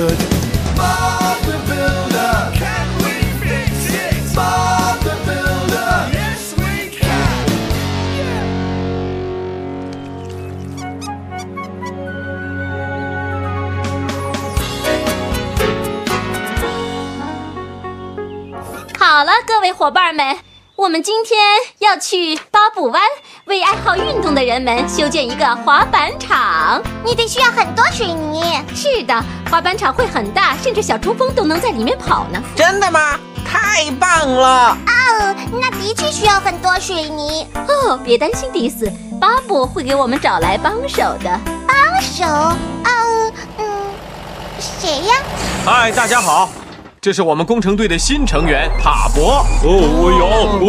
Bob the Builder. Can we fix it? Bob the Builder. Yes, we can. 好了，各位伙伴们，我们今天要去巴布湾为爱好运动的人们修建一个滑板场。你得需要很多水泥。是的，滑板场会很大，甚至小冲锋都能在里面跑呢。真的吗？太棒了！哦，那的确需要很多水泥。哦，别担心，迪斯，巴布会给我们找来帮手的。帮手，哦，嗯，谁呀？嗨，大家好，这是我们工程队的新成员塔博。哦，我有，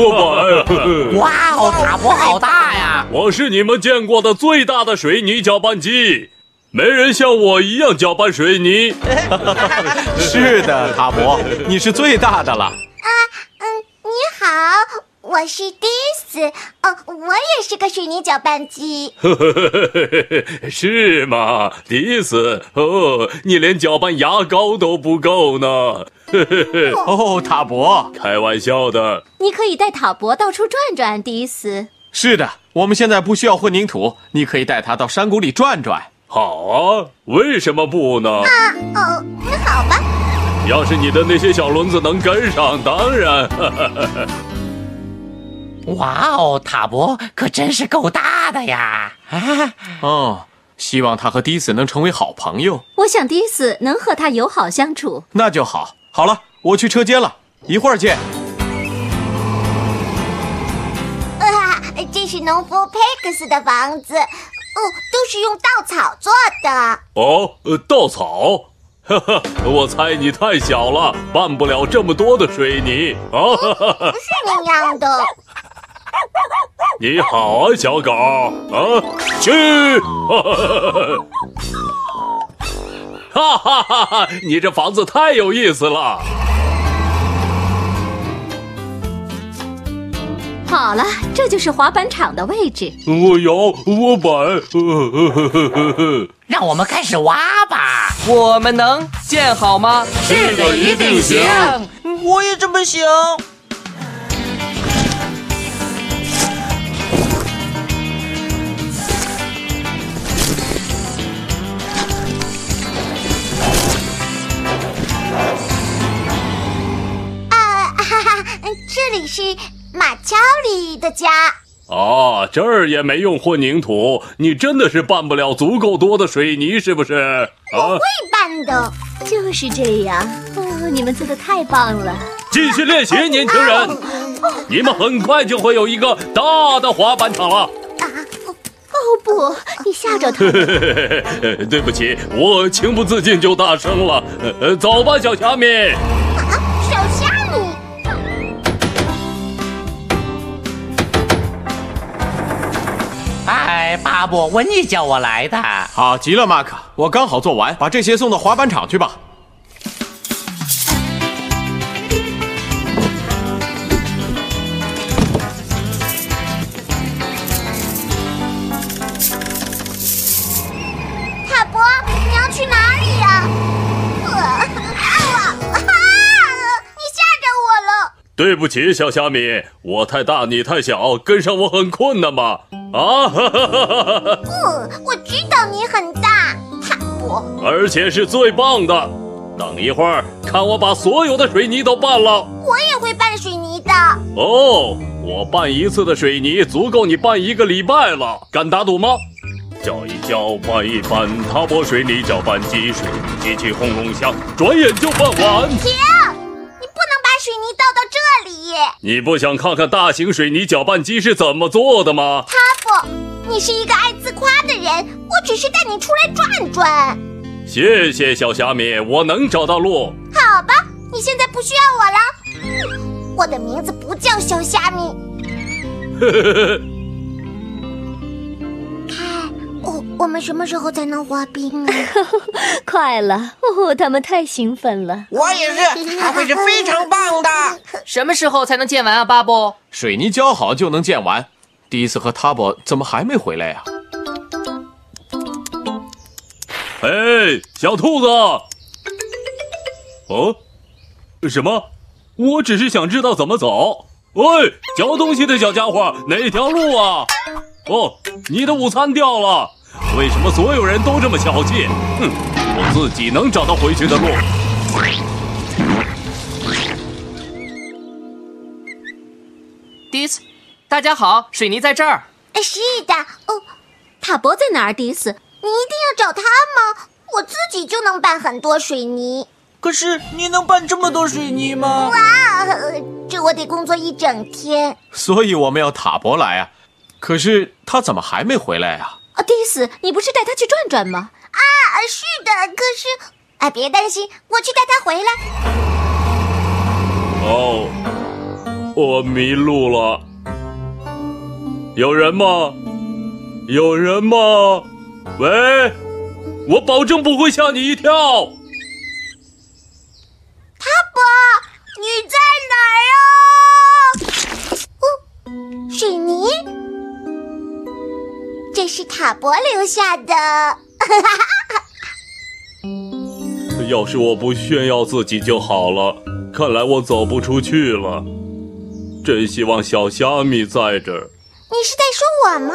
我买 了，哇哦，塔博好大呀！我是你们见过的最大的水泥搅拌机，没人像我一样搅拌水泥。 是的，塔博，你是最大的了。嗯，你好，我是 Dis。哦，我也是个水泥搅拌机。是吗，迪斯？哦，你连搅拌牙膏都不够呢。哦，塔博，开玩笑的，你可以带塔博到处转转，迪斯。是的，我们现在不需要混凝土，你可以带它到山谷里转转。好啊，为什么不呢？哦，那好吧。要是你的那些小轮子能跟上，当然。哇哦，塔博可真是够大的呀！啊，哦，希望他和迪斯能成为好朋友，我想迪斯能和他友好相处。那就好。好了，我去车间了，一会儿见。啊，这是农夫佩克斯的房子，哦，都是用稻草做的。哦，呃，稻草， 哈哈，我猜你太小了，办不了这么多的水泥啊！哈哈哈是那样的。你好啊，小狗啊，去！ 哈哈哈哈哈！你这房子太有意思了。好了，这就是滑板场的位置。我摇，我摆， 呵呵呵呵呵呵。让我们开始挖吧！我们能建好吗？这个一定行。我也这么想。啊，哈哈，这里是马乔里的家。啊，这儿也没用混凝土，你真的是办不了足够多的水泥，是不是？啊，会办的。就是这样，哦，你们做的太棒了。继续练习，年轻人。你们很快就会有一个大的滑板场了。哦不，你吓着他。 对不起，我情不自禁就大声了。呃，走吧，小虾米。小虾米，哎，巴布，温妮叫我来的。好极了，马克，我刚好做完，把这些送到滑板场去吧。塔博，你要去哪里呀、啊？啊啊！你吓着我了。对不起，小虾米，我太大，你太小，跟上我很困难嘛。啊， 哈哈哈哈哈！不，嗯我知道你很大，塔博。而且是最棒的。等一会儿，看我把所有的水泥都拌了。我也会拌水泥的。哦，我拌一次的水泥足够你拌一个礼拜了，敢打赌吗？搅一搅，拌一拌，它拨水泥搅拌机，水泥机器轰隆响，转眼就拌完。停，你不能把水泥倒到这里。你不想看看大型水泥搅拌机是怎么做的吗？塔博，你是一个爱自夸的人，我只是带你出来转转。谢谢小虾米，我能找到路。好吧，你现在不需要我了。我的名字不叫小 虾米。看，哦，我们什么时候才能滑 冰啊？快了，哦，他们太兴奋了。我也是，还会是非常棒的。什么时候才能建完啊，巴布？水泥浇好就能建完。第一次和塔博怎么还没回来呀、哎，小兔子！哦，什么？我只是想知道怎么走。喂，嚼东西的小家伙，哪条路啊？哦，你的午餐掉了。为什么所有人都这么小气？哼，我自己能找到回去的路。迪斯，大家好，水泥在这儿。哎是的，哦，塔博在哪儿？迪斯，你一定要找他吗？我自己就能拌很多水泥。可是你能拌这么多水泥吗？啊，这我得工作一整天。所以我们要塔博来啊。可是他怎么还没回来呀、啊，迪斯，你不是带他去转转吗？啊，是的，可是，哎，别担心，我去带他回来。哦，我迷路了。有人吗？有人吗？喂，我保证不会吓你一跳。你在哪儿啊？哦，水泥，这是塔博留下的。要是我不炫耀自己就好了。看来我走不出去了。真希望小虾米在这儿。你是在说我吗？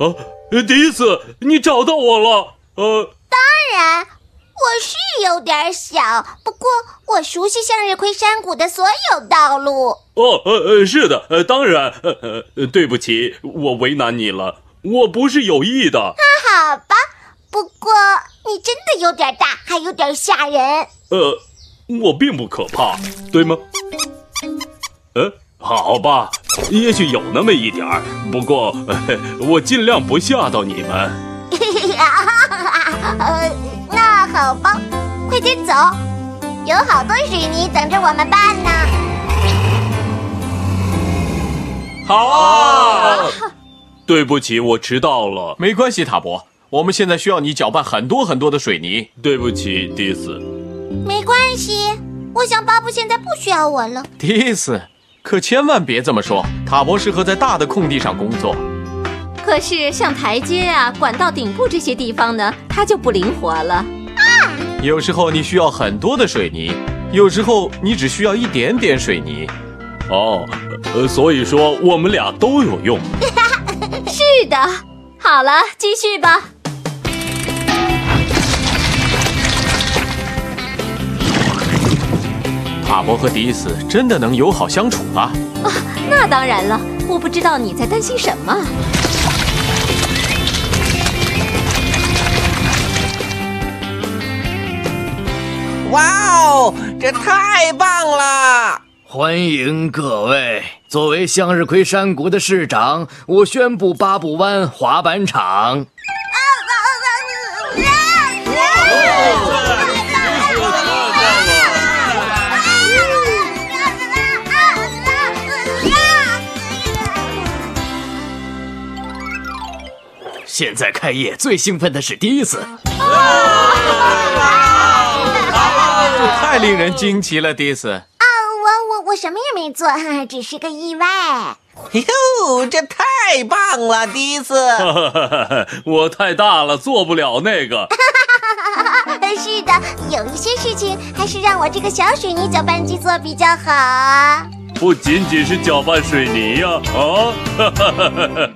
啊，迪斯，你找到我了。呃，当然，我是有点小，不过我熟悉向日葵山谷的所有道路。哦，呃呃，是的，呃，当然，呃呃，对不起，我为难你了，我不是有意的。好吧，不过你真的有点大，还有点吓人。呃，我并不可怕，对吗？呃，好吧，也许有那么一点儿，不过、呃我尽量不吓到你们。 呃，那好吧，快点走，有好多水泥等着我们拌呢。好啊，对不起，我迟到了。没关系，塔博，我们现在需要你搅拌很多很多的水泥。对不起，迪斯。没关系，我想巴布现在不需要我了。迪斯，可千万别这么说，塔博适合在大的空地上工作。可是像台阶啊、管道顶部这些地方呢，它就不灵活了。有时候你需要很多的水泥，有时候你只需要一点点水泥。哦，呃，所以说我们俩都有用。 是的，好了，继续吧。塔博和迪斯真的能友好相处吗？那当然了，我不知道你在担心什么。哇哦，这太棒了！欢迎各位！作为向日葵山谷的市长，我宣布八步湾滑板场。现在开业，最兴奋的是第一次。这太令人惊奇了，迪斯。 我我我什么也没做，只是个意外。哟，这太棒了，迪斯！哈哈哈哈，我太大了，做不了那个。 是的，有一些事情还是让我这个小水泥搅拌机做比较好啊。不仅仅是搅拌水泥呀、啊，